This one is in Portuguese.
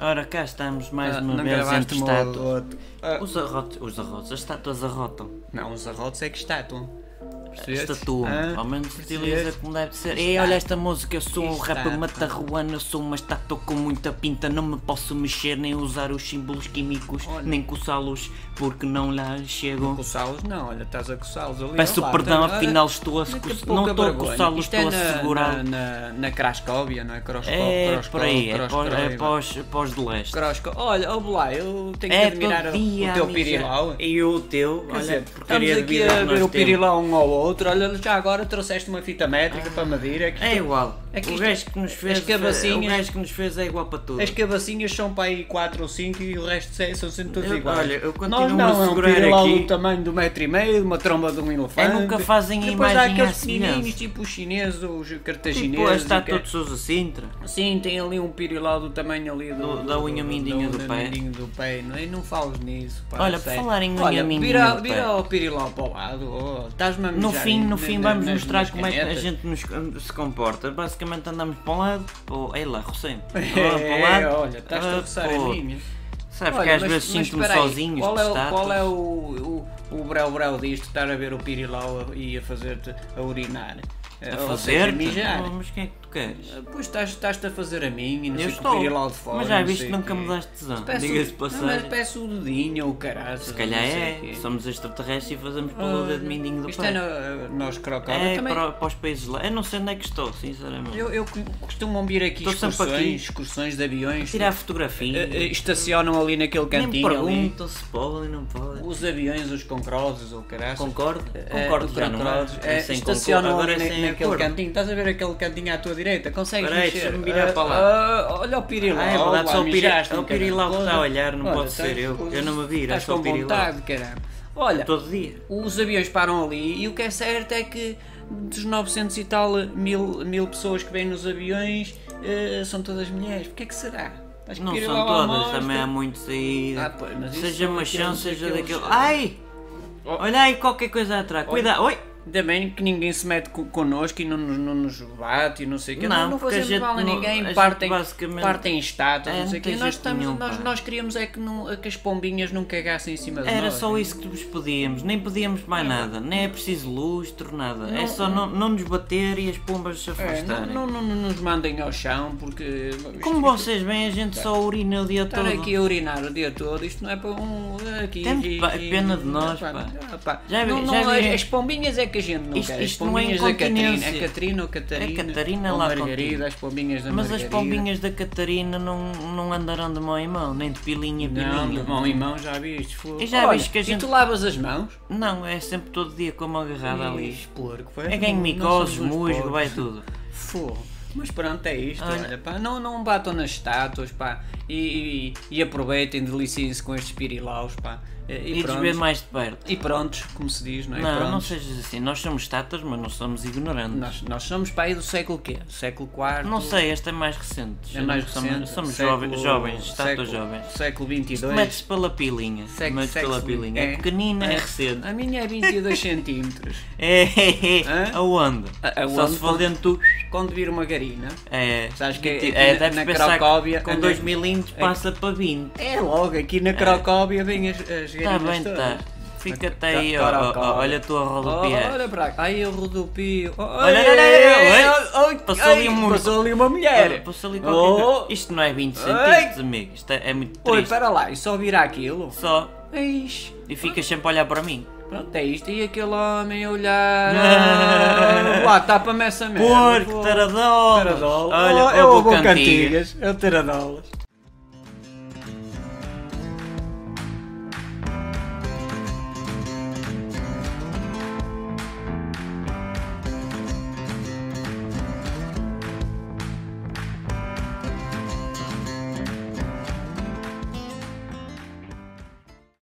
Ora, cá estamos mais Ah, uma não vez gravaste entre uma estátuas. Ah, Os arrotos, os arrotos, as estátuas arrotam. não, os arrotos é que estátuam. Percebeste? Estatuam, Ah, ao menos utiliza percebeste? como deve ser. Ei, olha esta música, eu sou um rapper Estátua. matarruano, eu sou uma estátua com muita pinta. Não me posso mexer, nem usar os símbolos químicos, Olha. nem coçá-los, porque não lá chegam. Coçá-los? Não, olha, estás a coçá-los ali. Peço ao lado. perdão, Olha, afinal estou a mete coç- pouca não estou a vergonha. coçá-los, Isto é estou a na- segurar. Na, na, na Crascóvia, não é? Crosco, É, Crosco- por aí, é Croscóvia. pós- é pós- pós de leste. Crosco. Olha, ó lá, eu tenho É que admirar todo o- dia, o teu amiga. pirilau. E o teu, Quer olha, dizer, a estamos porcaria de aqui vida que a nós ver o temos. pirilau um ao outro. Olha, já agora trouxeste uma fita métrica para medir. É que É igual. É que o isto- gajo que nos fez, as cabacinhas- o gajo que nos fez é igual para tudo. As cabacinhas são para aí 4 ou 5 e o resto se- são sempre todos Eu- iguais. olha, eu continuo Nós não, a é um segurar pirilau aqui. É, do tamanho do metro e meio, uma tromba de um elefante. nunca fazem a Depois há imagem aqueles à semelhança. pequenininhos, tipo os chineses, os cartagineses. Tipo, a e o estátua quê. de Sousa assim, Sintra. Sim, tem ali um pirilau do tamanho ali do, Do- da unha mindinha do da pé. mindinho do pé. Não, é? não fales nisso, pá, Olha, sério. por falar em unha Olha, mindinha vira, do vira pé. o pirilau para o lado. oh, Estás-me a No mijar fim, aí no na- fim na- vamos nas mostrar minhas como é que a canetas. gente nos- um, se comporta. Basicamente andamos para um lado, para o... Ei lá, Rossem. um É, olha, estás a roçar Ah, a minha. Sabes Olha, que às mas- vezes mas sinto-me espera aí, sozinho, Qual de é, o, estátua. qual é o, o, o brau brau disto? Estar a ver o pirilau a- e a fazer-te a urinar? Eh, A Ou fazer? seja, a mijar. Eh, Mas quem é que tu queres? Pois estás- estás-te a fazer a mim e não Eu sei o que, o estou. um pirilau de fora. Mas já não viste sei que nunca o quê. me daste tesão. Peço- Diga-se de não, mas passagem. peço o dedinho ou o caralho. Se calhar é, somos extraterrestres e fazemos pelo dedo mindinho do Isto pé. é no- nós crocodilo. É também, para, para os países lá. Eu não sei onde é que estou, sinceramente. eu, eu costumo vir aqui Estou sempre excursões, aqui. excursões de aviões. Tirar Eh, eh, fotografias. Estacionam ali naquele Nem me cantinho ali. perguntam se podem, não podem. Os aviões, os concrozes ou caraças. Concordo? Eh, Concordo, o já não há. Concrozes, eh, Sem estacionam concordo. Agora ali é na- sem naquele acordo. cantinho. Estás a ver aquele cantinho à tua direita? Consegues Espera aí, mexer? deixa-me virar Ah, para lá. ah, olha o pirilau. Ah, é verdade, lá, só o piri- mijaste, é o caralho. pirilau que está a Olha, olhar, não olha, pode ser estás- eu. Eu não me viro, é Estás só o com pirilau. vontade, caralho. Olha, Todo dia. os aviões param ali e o que é certo é que dos 900 e tal mil, mil pessoas que vêm nos aviões eh, são todas mulheres. Porquê que será? Tens que Não ir são lá à todas, amostra. também há muitos aí. Ah, pois, mas isso Seja são machão, aqueles- seja aqueles- eh, daquele. Ai! Oh. Olha aí qualquer coisa atrás. Cuidado! Oi! Ainda bem que ninguém se mete co- connosco e não nos, não nos bate e não sei o quê. Não, Não, não porque a fazemos gente mal a não- a ninguém, gente partem, basicamente- partem estátuas, É, não sei não o quê. tem Nós, jeito estamos, nenhum, nós, pá. nós queríamos é que, não, é que as pombinhas não é cagassem em cima de nós. Era só isso que vos podíamos, nem podíamos mais nada, nem é preciso lustro, nada. é Não- só não, não nos bater e as pombas se É, afastarem. não, não, não nos mandem ao chão porque. Como vocês veem, a gente só urina o dia Tá. Estar todo. aqui a urinar o dia todo, isto não é para um. Aqui, Temos aqui, pa- aqui, pena de nós, ah, pá. ah, pá. Já vi- não, já não, vi- As pombinhas é que a gente não Isto- quer. As isto não é pombinhas da Catarina. É incontinência. Catarina ou Catarina? É Catarina ou lá contigo. Margarida, as pombinhas da Mas as Margarida. pombinhas da Catarina não, não andarão de mão em mão, nem de pilinha em Não, pilinha. de mão em mão já viste. fogo. E já Olha, viste que a E gente- tu lavas as mãos? Não, é sempre todo dia como agarrada ali. Ih, porco, foi. É ganho Não- não micoses, somos uns musgo, porcos. vai tudo. Fogo. Mas pronto, é isto, Olha. olha, pá, não, não batam nas estátuas, pá, e, e, e aproveitem, deliciem-se com estes pirilaus, pá, e, e E pronto. desver mais de perto. E prontos, como se diz, não é? Não, não Prontos. sejas assim. Nós somos estátuas, mas não somos ignorantes. Nós, nós somos para aí do século quê? Século IV? Não sei, esta é mais recente. É mais somos recente. somos século- jovens, jovens, estátuas século- jovens. Século 22. Metes pela pilinha. Século- Metes pela século- pilinha. É, pequenina, é, recente. A minha é 22 centímetros. É, é, é. Hã? Aonde? A- aonde? Só se for dentro tu. Quando vir uma garina, É. Sabes que Tipo, aqui é, na- deves na pensar é que Cracóvia- com 2 milímetros passa para 20. é logo aqui na Cracóvia vem as, as Está garinas Tá bem, todas. é está. Fica-te Ca- aí, ó, ó, Cracóvia. ó, olha a tua rodopiar. Oh, olha para cá. Ai, eu rodopio. Oh, Olha, ai, olha, olha, ai, olha. ai, ai, Passou ali um- Ah, Passou ali uma mulher. Passou ali Oh. qualquer coisa. Isto não é 20 centímetros, amigo. Isto é, é muito Oi, triste. espera lá, e só vira aquilo? Só. Eis. E ficas sempre a olhar para mim. Pronto, é isto. E aquele homem a olhar. Ah, lá, tapa-me essa merda. Porco, pô. taradolas. Taradolas. Olha, oh, eu ouve vou é o cantigas. cantigas. Eu taradolas.